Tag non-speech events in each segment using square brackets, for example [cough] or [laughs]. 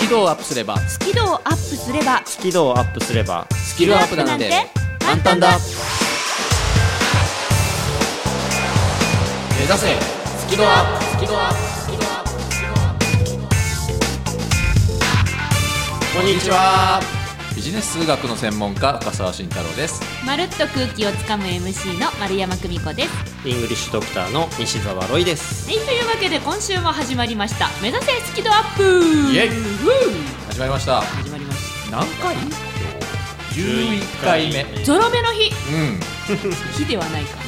キ度をアップすればスキルをアップすればスキルをアップすればスキルアップなんて簡単だ目指せスキルアップスキルアップスキルアップスキルアップこんにちはビジネス数学の専門家深澤慎太郎ですまるっと空気をつかむ MC の丸山久美子ですイングリッシュドクターの西澤ロイですはいというわけで今週も始まりました目指せスキルアップイエイふう始まりました始まりまし何回11回目たゾロ目の日うん日ではないか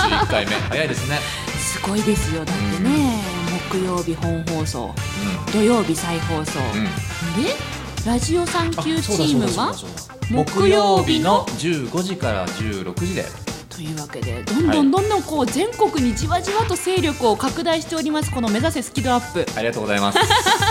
[laughs] 11回目早いですねすごいですよだってね木曜日本放送土曜日再放送うんうんでラジオ産休チームは木木曜曜日日のの15時から16時でというわけでどんどんどんどんこう全国にじわじわと勢力を拡大しておりますこの目指せスキルアップありがとうございます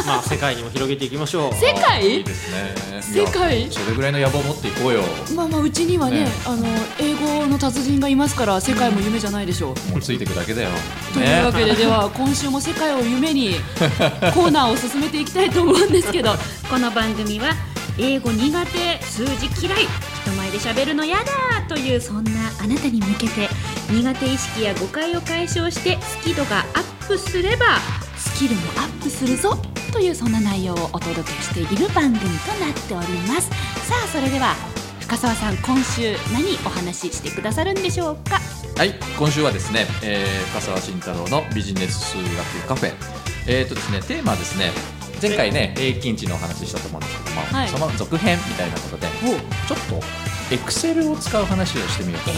まあ世界にも広げていきましょう世界いいですね世界いやそれぐらいの野望を持っていこうよまあまあうちにはねねあの英語の達人がいますから世界も夢じゃないでしょう、もうついていくだけだよというわけででは今週も世界を夢 [laughs] にコーナーを進めていきたいと思うんですけどこの番組は英語苦手数字嫌い人前で喋るのやだというそんなあなたに向けて苦手意識や誤解を解消してスキルがアップすればスキルもアップするぞというそんな内容をお届けしている番組となっておりますさあそれでは深澤さん今週何お話ししてくださるんでしょうかはい、今週はですね、えー深澤慎太郎のビジネス数学カフェ。えっ、とですね、テーマはですね、前回ね、平均値のお話ししたと思うんですけども、はいその続編みたいなことで、ちょっとエクセルを使う話をしてみようかエ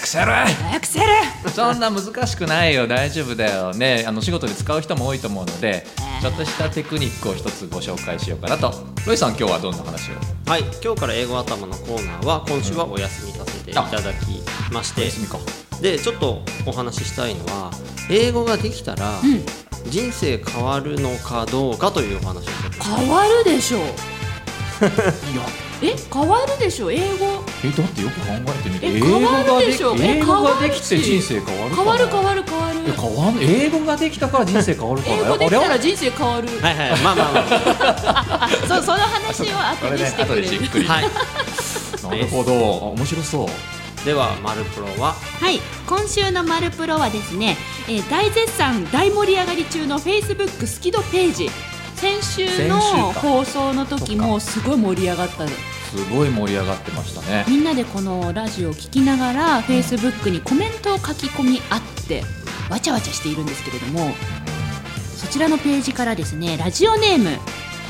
クセルな。エクセエクセルルそんな難しくないよ、大丈夫だよね。あの仕事で使う人も多いと思うので、ちょっとしたテクニックを一つご紹介しようかなと。ロイさん、今日はどんな話をはい今日から英語頭のコーナーは今週はお休みさせていただきまして休みか。でちょっとお話ししたいのは英語ができたらうん人生変わるのかどうかというお話をちょっと変わる [laughs] でしょうえ変わるでしょう英語え、だってよく考えてみて、え変わるでしょえ英語がで英語が変わるできて人生変わるかな変わる変わる変わるいや変わん英語ができたから人生変わる [laughs] から英語できたら人生変わるはいはいまあまあまああそその話を後にしてくれるくりはいなるほどあ面白そうでは「マルプロ」ははい今週の「マルプロ」はですね、えー大絶賛大盛り上がり中の Facebook スキドページ先週の先週か放送の時もすごい盛り上がったのすごい盛り上がってましたねみんなでこのラジオを聞きながら Facebook にコメントを書き込みあってわちゃわちゃしているんですけれどもそちらのページからですねラジオネーム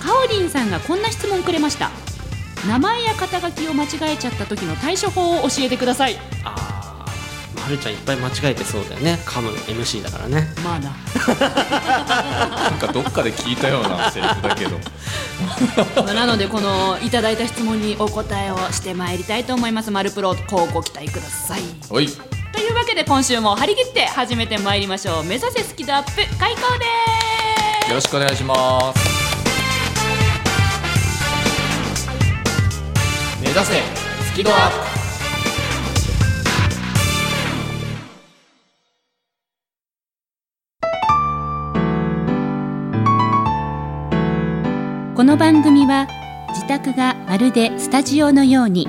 かおりんさんがこんな質問くれました名前や肩書きを間違えちゃった時の対処法を教えてくださいあーまるちゃんいっぱい間違えてそうだよねカム MC だからねまあななんかどっかで聞いたようなセリフだけど [laughs] まあなのでこのいただいた質問にお答えをしてまいりたいと思いますマルプロこうご期待くださいおいというわけで今週も張り切って始めてまいりましょう目指せスキドアップ開講ですよろしくお願いします目指せスキドアップこの番組は自宅がまるでスタジオのように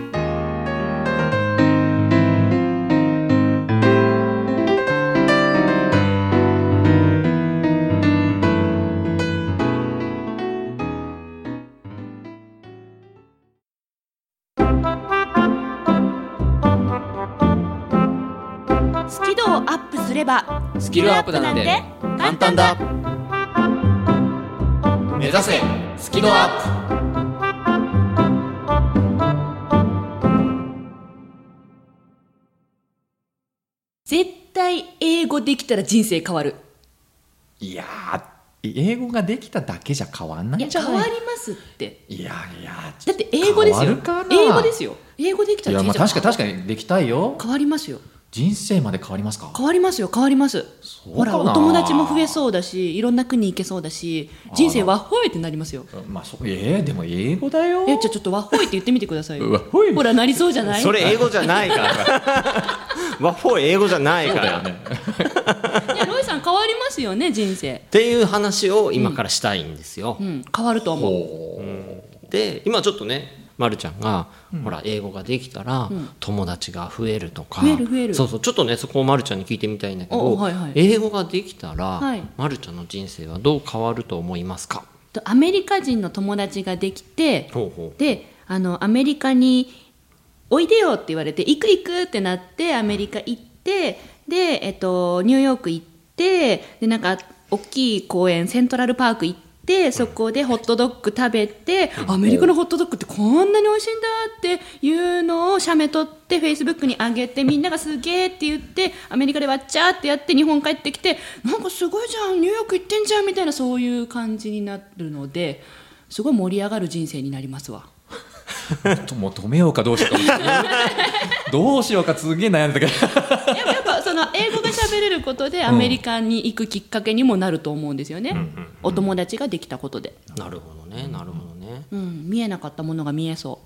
スキルをアップすればスキルアップなんて簡単だ目指せスキドアップ絶対英語できたら人生変わるいやー英語ができただけじゃ変わんないいやんじゃ変ないわりますっていやいやだって英語です変よわるかな英語ですよ英語できたいらや人まあ生変わ確かるに確かにできたいよ変わりますよ人生まで変わりますか変わりますよ変わりますそうほかならお友達も増えそうだしいろんな国行けそうだし人生わっほいってなりますよまあそうえー、でも英語だよえじゃあちょっとわっほいって言ってみてくださいよわっほいほらなりそうじゃないそれ英語じゃないからワッフォー英語じゃないからっいやロイさん変わりますよね人生ていう話を今からしたいんですよ、うん変わると思うおーで今ちょっとねまるちゃんが、ほら英語ができたら、友達が増えるとか増える増えるそうそうちょっとねそこをまるちゃんに聞いてみたいんだけど、おはいはい英語ができたら、はいまるちゃんの人生はどう変わると思いますかとアメリカ人の友達ができてほうほであのアメリカにおいでよって言われて行く行くってなってアメリカ行ってで、えっと、ニューヨーク行ってでなんか大きい公園セントラルパーク行ってそこでホットドッグ食べてアメリカのホットドッグってこんなに美味しいんだっていうのを写メ撮ってフェイスブックに上げてみんながすげーって言ってアメリカでわっちゃーってやって日本帰ってきてなんかすごいじゃんニューヨーク行ってんじゃんみたいなそういう感じになるのですごい盛り上がる人生になりますわ。 [laughs] ともう止めようかどうしようか [laughs] どうしようかすげえ悩んでたけどやっぱその英語が喋れることでアメリカに行くきっかけにもなると思うんですよね、お友達ができたことで、うなるほどねなるほどね、うん、見えなかったものが見えそ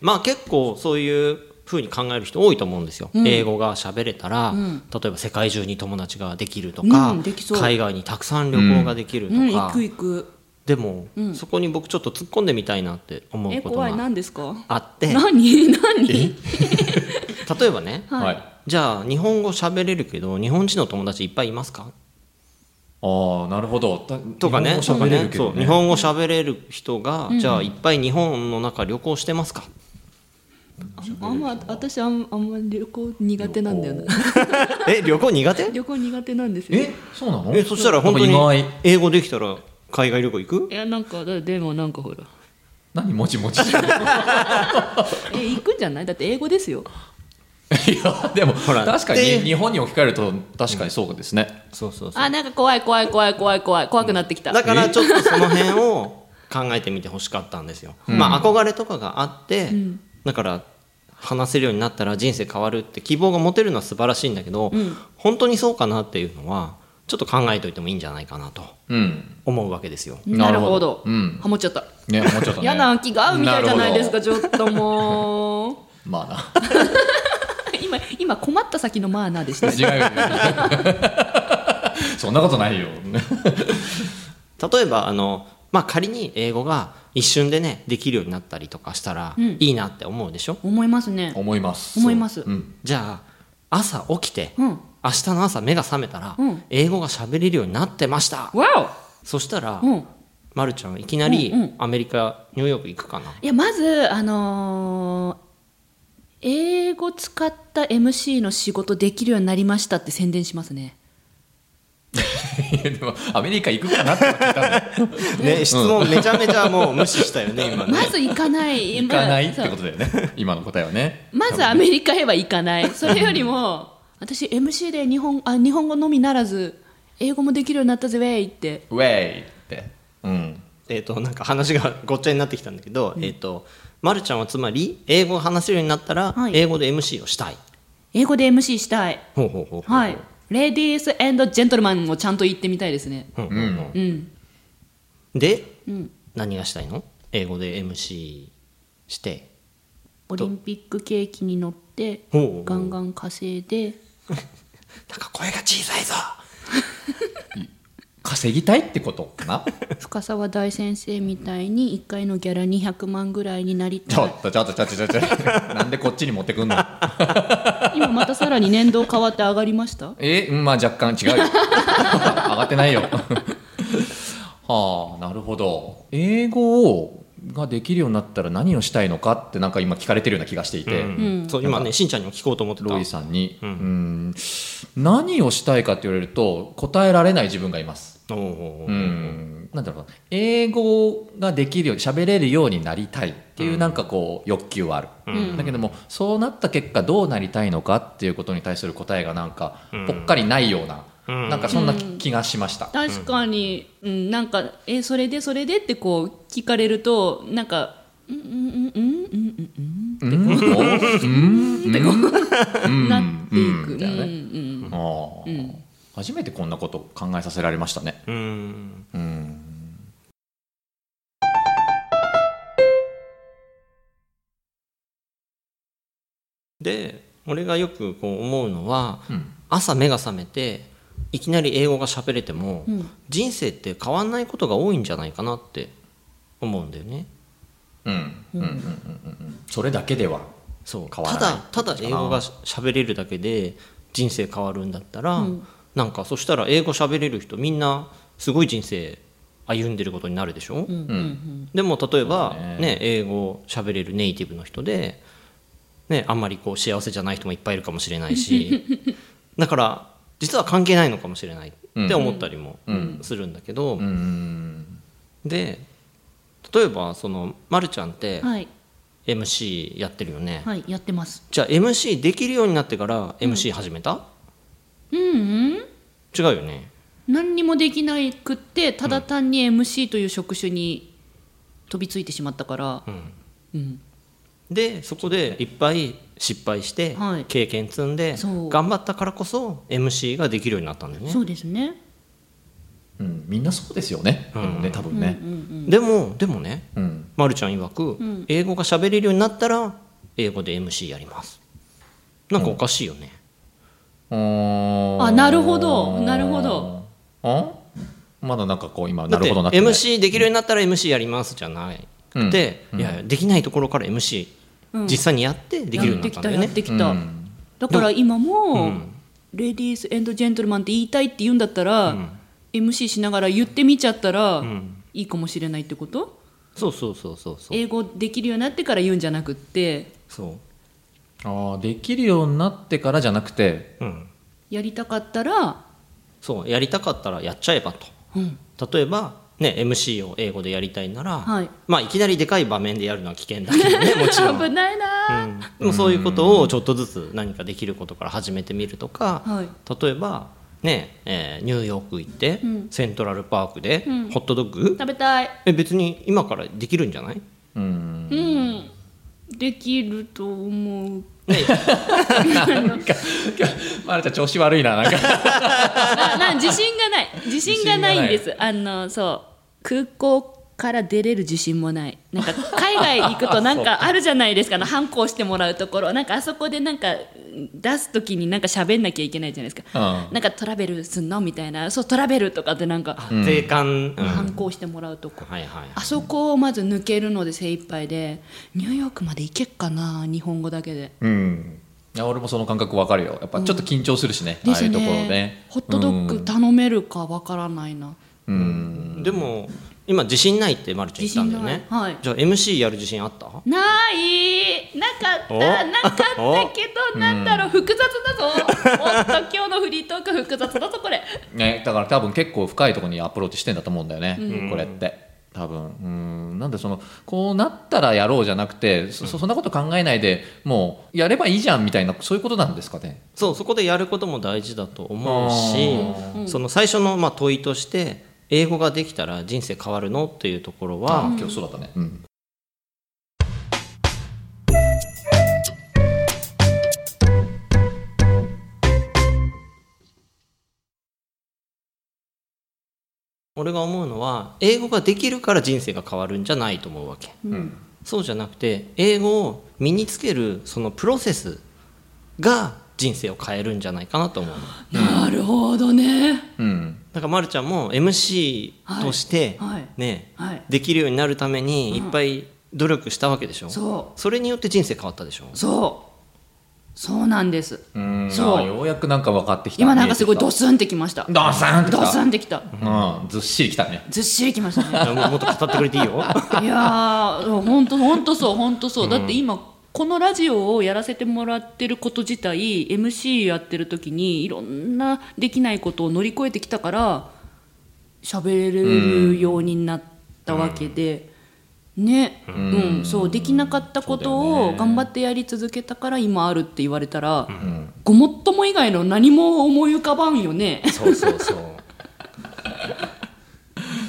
まあ結構そういうふうに考える人多いと思うんですよ、英語が喋れたら、例えば世界中に友達ができるとか、うんできそう海外にたくさん旅行ができるう、とうん、か、行く行くでも、そこに僕ちょっと突っ込んでみたいなって思えうこと怖いが何ですかあって何何例えばねはいはいじゃあ日本語喋れるけど日本人の友達いっぱいいますかああなるほどたとかね日本語喋れるけとどかねそう日ね本語喋れる人が、じゃあいっぱい日本の中旅行してますかああんま私あんあんま旅行苦手なんだよなえ旅行苦手旅行苦手なんですよえそうなのえそしたら本当なんか意に外英語できたら海外旅行行くいやなんかだでもなんかほら何もち [laughs] もちいえ行くんじゃないだって英語ですよやでもほら確かにで日本に置き換えると確かにそうですねそうそうそうあなんか怖い怖い怖い怖い怖い怖くなってきた、だからちょっとその辺を考えてみてほしかったんですよ、まあ憧れとかがあって、だから話せるようになったら人生変わるって希望が持てるのは素晴らしいんだけど、本当にそうかなっていうのはちょっと考えといてもいいんじゃないかなとうん思うわけですよ。なるほどうんハモっちゃったねもうちょっとね嫌な気が合うみたいじゃないですかるちょっともうほどまあな今今困った先のマーナでした [laughs] 違うよね [laughs] そんなことないよ例えばあの、まあ、仮に英語が一瞬でねできるようになったりとかしたらうんいいなって思うでしょ、思いますね思います思いますうん [laughs] じゃあ朝起きて、うん明日の朝目が覚めたら、うん英語が喋れるようになってましたわそしたら、おうんま、るちゃんいきなりうんうんアメリカ、ニューヨーク行くかないやまずあのー英語使った MC の仕事できるようになりましたって宣伝しますねいやでもアメリカ行くかなって思ってたんだよね質問めちゃめちゃもう無視したよ [laughs] ね今まず行かない [laughs] 行かないっそうてことだよね [laughs] 今の答えはねまずアメリカへは行かないそれよりも私 MC で日本あ日本語のみならず英語もできるようになったぜウェイってウェイってうんえっとなんか話がごっちゃになってきたんだけど、えっとまるちゃんはつまり英語を話せるようになったら、はい英語で MC をしたい英語で MC したいほうほうほうほうはいレディースジェントルマンもちゃんと言ってみたいですねほうほうほううんで、ん何がしたいの英語で MC してオリンピック景気に乗ってほうほうガンガン稼いでなんか声が小さいぞ稼ぎたいってことか [laughs] な深沢大先生みたいに1回のギャラ200万ぐらいになりちたょいっとちょっとちょっとちょっと [laughs] なんでこっちに持ってくんの今またさらに年度変わって上がりましたえうんまあ若干違うよ [laughs] 上がってないよ [laughs] はあなるほど英語をができるようになったら何をしたいのかってなんか今聞かれてるような気がしていて、うんそう今ねしんちゃんにも聞こうと思ってたロイさんに、うん何をしたいかって言われると答えられない自分がいますおおうんなんだろうな英語ができるように喋れるようになりたいっていうなんかこう欲求はある、うんだけどもそうなった結果どうなりたいのかっていうことに対する答えがなんかうんぽっかりないような、うんなんかそんな気がしました、確かに、うん、なんか、え、それで、それでってこう、聞かれると、なんか、うん、うん、うん、うん、うん、うん、うん、うんうんうんなっていく。ううんん、だうよねん。あーうん初めてこんなこと考えさせられましたねうんうんで俺がよくこう思うのはうん朝目が覚めていきなり英語が喋れても、うん人生って変わんないことが多いんじゃないかなって思うんだよねうんうんうんうんうんそれだけではそう変わらたないだただ英語がし喋れるだけで人生変わるんだったら、うんなんかそしたら英語喋れる人みんなすごい人生歩んでることになるでしょ、うん、うん、でも例えばそう、だねね英語喋れるネイティブの人で、ね、あんまりこう幸せじゃない人もいっぱいいるかもしれない [laughs] しだから実は関係ないのかもしれないって思ったりもするんだけうど、んうんで例えばその、ま、るちゃんってうん。はい、 MC やってるよね、はい、やってます。じゃあ MC できるようになってから MC 始めた、うん、うん。違うよね何にもできなくってただ単に MC という職種に飛びついてしまったから、でそこでいっぱい失敗して、はい経験積んでそう頑張ったからこそ MC ができるようになったんだよねそうですねうんみんなそうですよね,、ね多分ね、でもでもねうんま、るちゃん曰く、英語が喋れるようになったら英語で MC やりますなんかおかしいよね、ああなるほどなるほどあまだなんかこう今だなってるほどなってない MC できるようになったら MC やりますじゃない、うんで、いやできないところから MC 実際にやってできるようになったんだよやねってきたやってきた、うんだから今も、レディースエンドジェントルマンって言いたいって言うんだったら、MC しながら言ってみちゃったら、いいかもしれないってことそうそうそうそうそう英語できるようになってから言うんじゃなくってそあーできるようになってからじゃなく [laughs] てう、うん、やりたかったら、そうやりたかったらやっちゃえばとうん、例えばね MC を英語でやりたいなら、はいまあいきなりでかい場面でやるのは危険だけど [laughs] ねもちろん危ないな、でもそういうことをちょっとずつ何かできることから始めてみるとか、はい例えば、ねえーニューヨーク行って、んセントラルパークでうんホットドッグ、食べたいえ別に今からできるんじゃない、うんうんできると思うまるちゃん調子悪いななんかなな自信がない自信がないんですあのそう空港から出れる自信もないなんか海外行くと [laughs] なんかあるじゃないですかあの反抗してもらうところなんかあそこでなんか出す時になんか喋んなきゃいけないじゃないですか、うんなんかトラベルすんのみたいなそうトラベルとかってなんか、定感、うん反抗してもらうとこはいはいあそこをまず抜けるので精一杯でニューヨークまで行けっかな日本語だけでうんいや俺もその感覚わかるよやっぱちょっと緊張するしね、ああいうところねホットドッグ頼めるかわからないな、うんでも今自信ないってまるちゃん言ったんだよね自信ないはいじゃあ MC やる自信あったないなかったおなかったけどなんだろう複雑だ [laughs] ぞおっと今日のフリートーク複雑だぞこれね、だから多分結構深いところにアプローチしてんだと思うんだよね、これって多分うんなんでそのこうなったらやろうじゃなくてそそんなこと考えないでもうやればいいじゃんみたいなそういうことなんですかねそうそこでやることも大事だと思うしあ、その最初のまあ問いとして英語ができたら人生変わるのっていうところは、今日そうだったね、うん俺が思うのは英語ができるから人生が変わるんじゃないと思うわけ、んそうじゃなくて英語を身につけるそのプロセスが人生を変えるんじゃないかなと思うのなるほどねうんだからまるちゃんも MC として、はいねはいできるようになるためにいっぱい努力したわけでしょ、そそれによって人生変わったでしょうそうそうなんですうんそうあーようやくなんか分かってきた今なんかすごい見えドてきスンってきましたたドスンってきたドスンってきたうん、ずっしりきたねずっしりきましたねももっと語ってくれていいよいやー本当本当そう本当そう、だって今このラジオをやらせてもらってること自体 MC やってる時にいろんなできないことを乗り越えてきたから喋れるようになったわけで、ね、うんそうできなかったことを頑張ってやり続けたから今あるって言われたら、ごもっとも以外の何も思い浮かばんよね。そうそうそう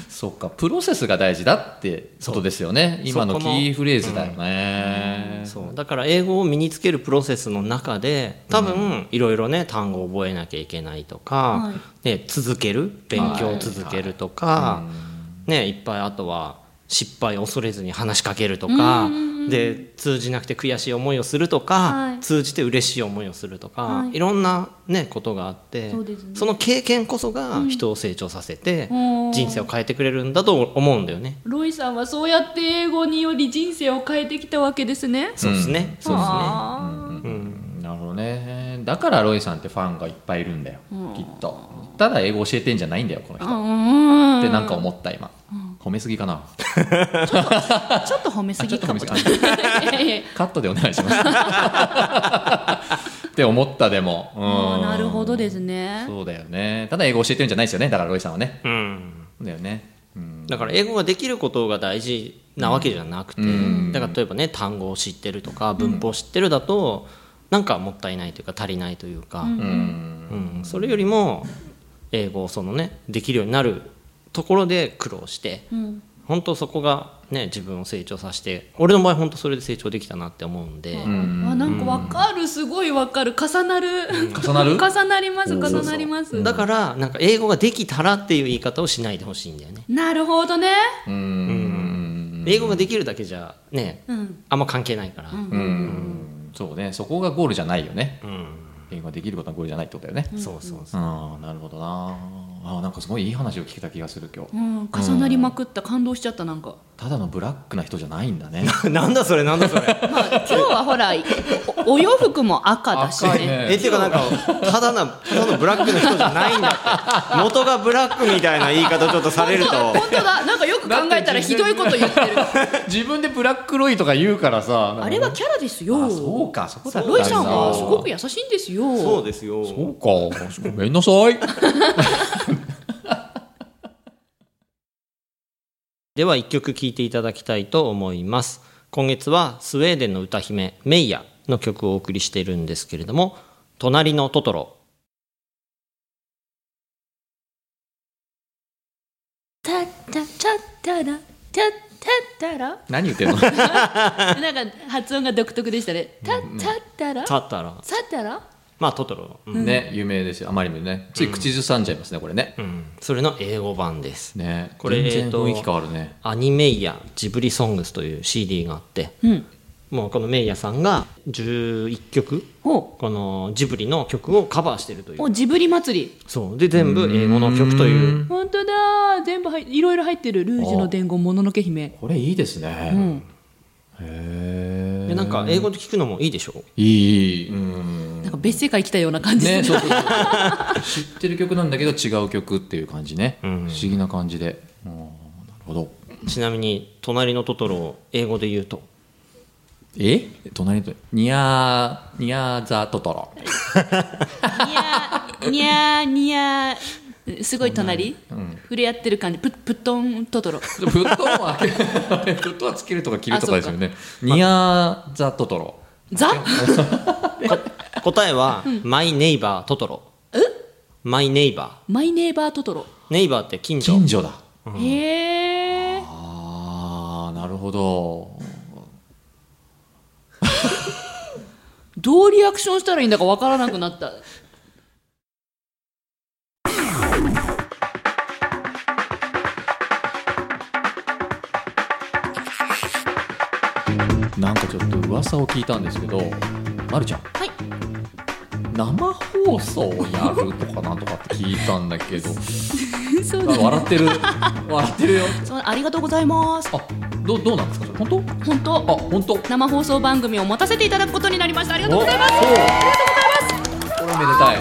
そっかプロセスが大事だってことですよね今のキーフレーズだよね、そうだから英語を身につけるプロセスの中で多分いろいろね単語を覚えなきゃいけないとか、ね、続ける勉強を続けるとか、ね、いっぱいあとは失敗を恐れずに話しかけるとか、で通じなくて悔しい思いをするとか、はい通じて嬉しい思いをするとか、、はいろんな、ね、ことがあってそうですねの経験こそが人を成長させて、うん人生を変えてくれるんだと思うんだよね。ロイさんはそうやって英語により人生を変えてきたわけですね。そうですね、そうですねあーうんなるほどねだからロイさんってファンがいっぱいいるんだよ、きっとただ英語教えてんじゃないんだよこの人、うんってなんか思った今、褒めすぎかなちょっと褒めすぎかも。ちょっと褒めい [laughs] やいやカットでお願いします [laughs] って思ったでも、あうーんなるほどですね。そうだよねただ英語教えてるんじゃないですよねだからロイさんはねうんだよね、うん、だから英語ができることが大事なわけじゃなくて、んだから例えばね単語を知ってるとか文法を知ってるだと、なんかもったいないというか足りないというか、うんうんそれよりも英語をそのねできるようになるところで苦労してうん本当そこがね自分を成長させて俺の場合本当それで成長できたなって思うんで、あなんかわかるすごいわかる重なる重なる [laughs] 重なりますおー重なりますだからなんか英語ができたらっていう言い方をしないでほしいんだよね、なるほどねうん英語ができるだけじゃねうんあんま関係ないから、うんそうねそこがゴールじゃないよねうん英語ができることがゴールじゃないってことだよね、そうそうそうああなるほどなあーなんかすごいいい話を聞けた気がする今日、うん重なりまくった感動しちゃったなんかただのブラックな人じゃないんだ [laughs] ね [laughs] なんだそれなんだそれ今日はほらおお洋服も赤だし赤いねねえっていうかなんかただなただのブラックの人じゃないんだって元がブラックみたいな言い方ちょっとされると本当だなんかよく考えたらひどいこと言ってる自分でブラックロイとか言うからさあれはキャラですよあそうかそこだったロイさんはすごくや優しいんですよそうですよそうかごめんなさいでは一曲聴いていただきたいと思います今月はスウェーデンの歌姫メイヤの曲をお送りしているんですけれども「隣のトトロタッタッタッタラタッタッタラ何言ってんの [laughs] なんか発音が独特でしたねタッタッタラ」だったらサタラまあトトロ、うんね有名ですよあまりにもねつい口ずさんじゃいますねこれね、うんそれの英語版ですねこれ全然えーと雰囲気変わるねアニメイヤジブリソングスという CD があってうんもうこのメイヤさんが11曲おこのジブリの曲をカバーしてるというおジブリ祭りそうで全部英語の曲という本当だ全部はいいろいろ入ってるルージュの伝言もののけ姫これいいですね、うんへでえなんか英語で聞くのもいいでしょいいいいうんなんか別世界来たような感じでねすそねうそうそう知ってる曲なんだけど違う曲っていう感じね、不思議な感じでうんなるほどちなみに「隣のトトロ」を英語で言うとえ隣とニャーニャーザトトロニャーニャーすごい隣、触れ合ってる感じプップットントトロフットは [laughs] あれフットはつけるとか切るとかですよねニャーザトトロザ答えは「マイネイバートトロ」マイネイバマイネーバートトロ、ーネイバーって近所近所だへえあーなるほどどうリアクションしたらいいんだかわからなくなったなんかちょっと噂を聞いたんですけどまるちゃんはい生放送をやるとかなんとかって聞いたんだ [laughs] けどそうあだ笑ってる笑ってるよそうありがとうございますあどうどうなんですかそれ本当本あ当本当生放送番組を持たせていただくことになりましたありがとうございますおそうこれめでたい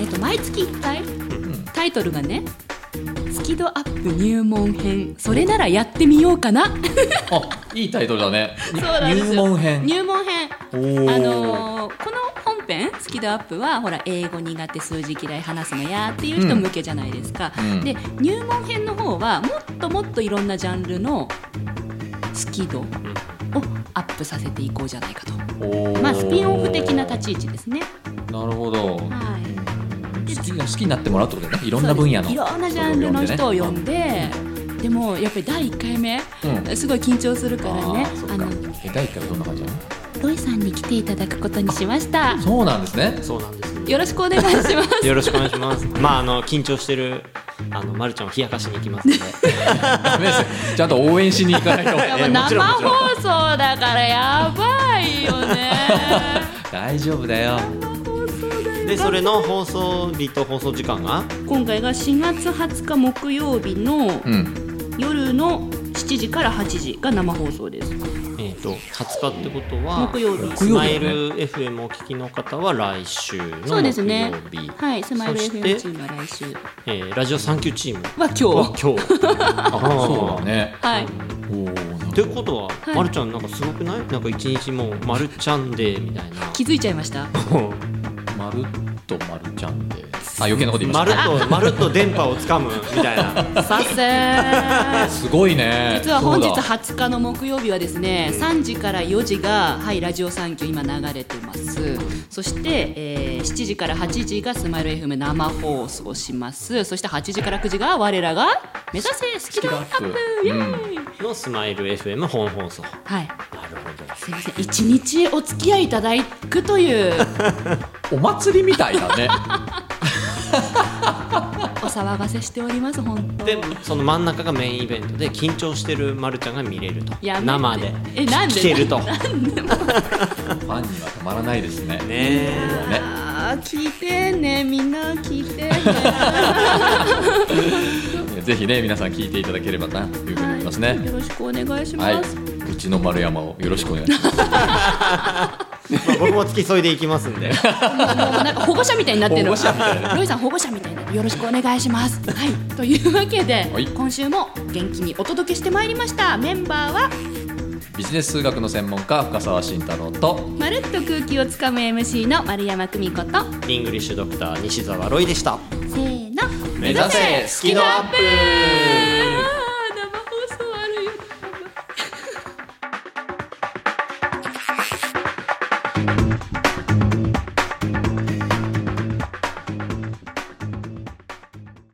えっと、毎月1回タイトルがね「スキドアップ入門編それならやってみようかな」あいいタイトルだねそうなんです [laughs] 入よ門編入門編あおーのーこの本編「スキドアップは」ほら英語苦手数字嫌い話すのやっていう人向けじゃないですか、うんで入門編の方はもっともっといろんなジャンルのスキドをアップさせていこうじゃないかと、おーまあ、スピンオフ的な立ち位置ですね。なるほど、はい好きが好きになってもらうってことだよねいろんな分野のそうですいろんなジャンルの人を呼んでででもやっぱり第1回目、うんすごい緊張するからねあーそっかあのえ第一回はどんな感じなのロイさんに来ていただくことにしま [laughs] したそうなんですねそうなんですよろしくお願いしますよろしくお願いしますまああの緊張してるあのまるちゃんを冷やかしに行きます [laughs] のでダメですよちゃんと応援しに行かないといやもうもち生ろんもちろん放送だからやばいよね [laughs] [laughs] 大丈夫だよでそれの放送日と放送時間が今回が4月20日木曜日のうん夜の7時から8時が生放送ですえっ、と20日ってことは木曜日ス木曜マ日イだねル FM をお聞きの方は来週の木そ曜うで日すねはいスマイルそして FM チームは来週はえーラジオサンキューチーム今日は今日あそうだねはいおおなってるほこどとは、いまるちゃんなんかすごくないなんか一日もうまるちゃんデーみたいな気づいちゃいま [laughs] したまるっとまるちゃんであ余計なこと言いまましるたっとまるっと電波をつかむみたいなさせすごいね実は本日そうだ20日の木曜日はですね3時から4時が、はい、ラジオサンキュー今流れてますそして、えー7時から8時がスマイル FM 生放送しますそして8時から9時が我らが目指せスキルアップスキルアップイエーイ、のスマイル FM 本放送なるはいほどすいません一日お付き合いいただくというお祭りみたいだねお騒がせしております本当でその真ん中がメインイベントで緊張してるまるちゃんが見れるとやめて生でえなんで聞けるとファンにはたまらないですねねねあー聞いてねみんな聞いてねぜひね皆さん聞いていただければなというふうに思いますね、よろしくお願いしはい、ます、うちの丸山をよろしくお願いします。まあ、僕も付き添いで行きますんでもうなんか保護者みたいになってる保護者みたいロイさん保護者みたいなよろしくお願いしますはいというわけで、はい今週も元気にお届けしてまいりましたメンバーはビジネス数学の専門家深澤慎太郎と、まるっと空気をつかむ MC の丸山久美子とイングリッシュドクター西澤ロイでしたせーの目指せスキルアップあー生放送あるよ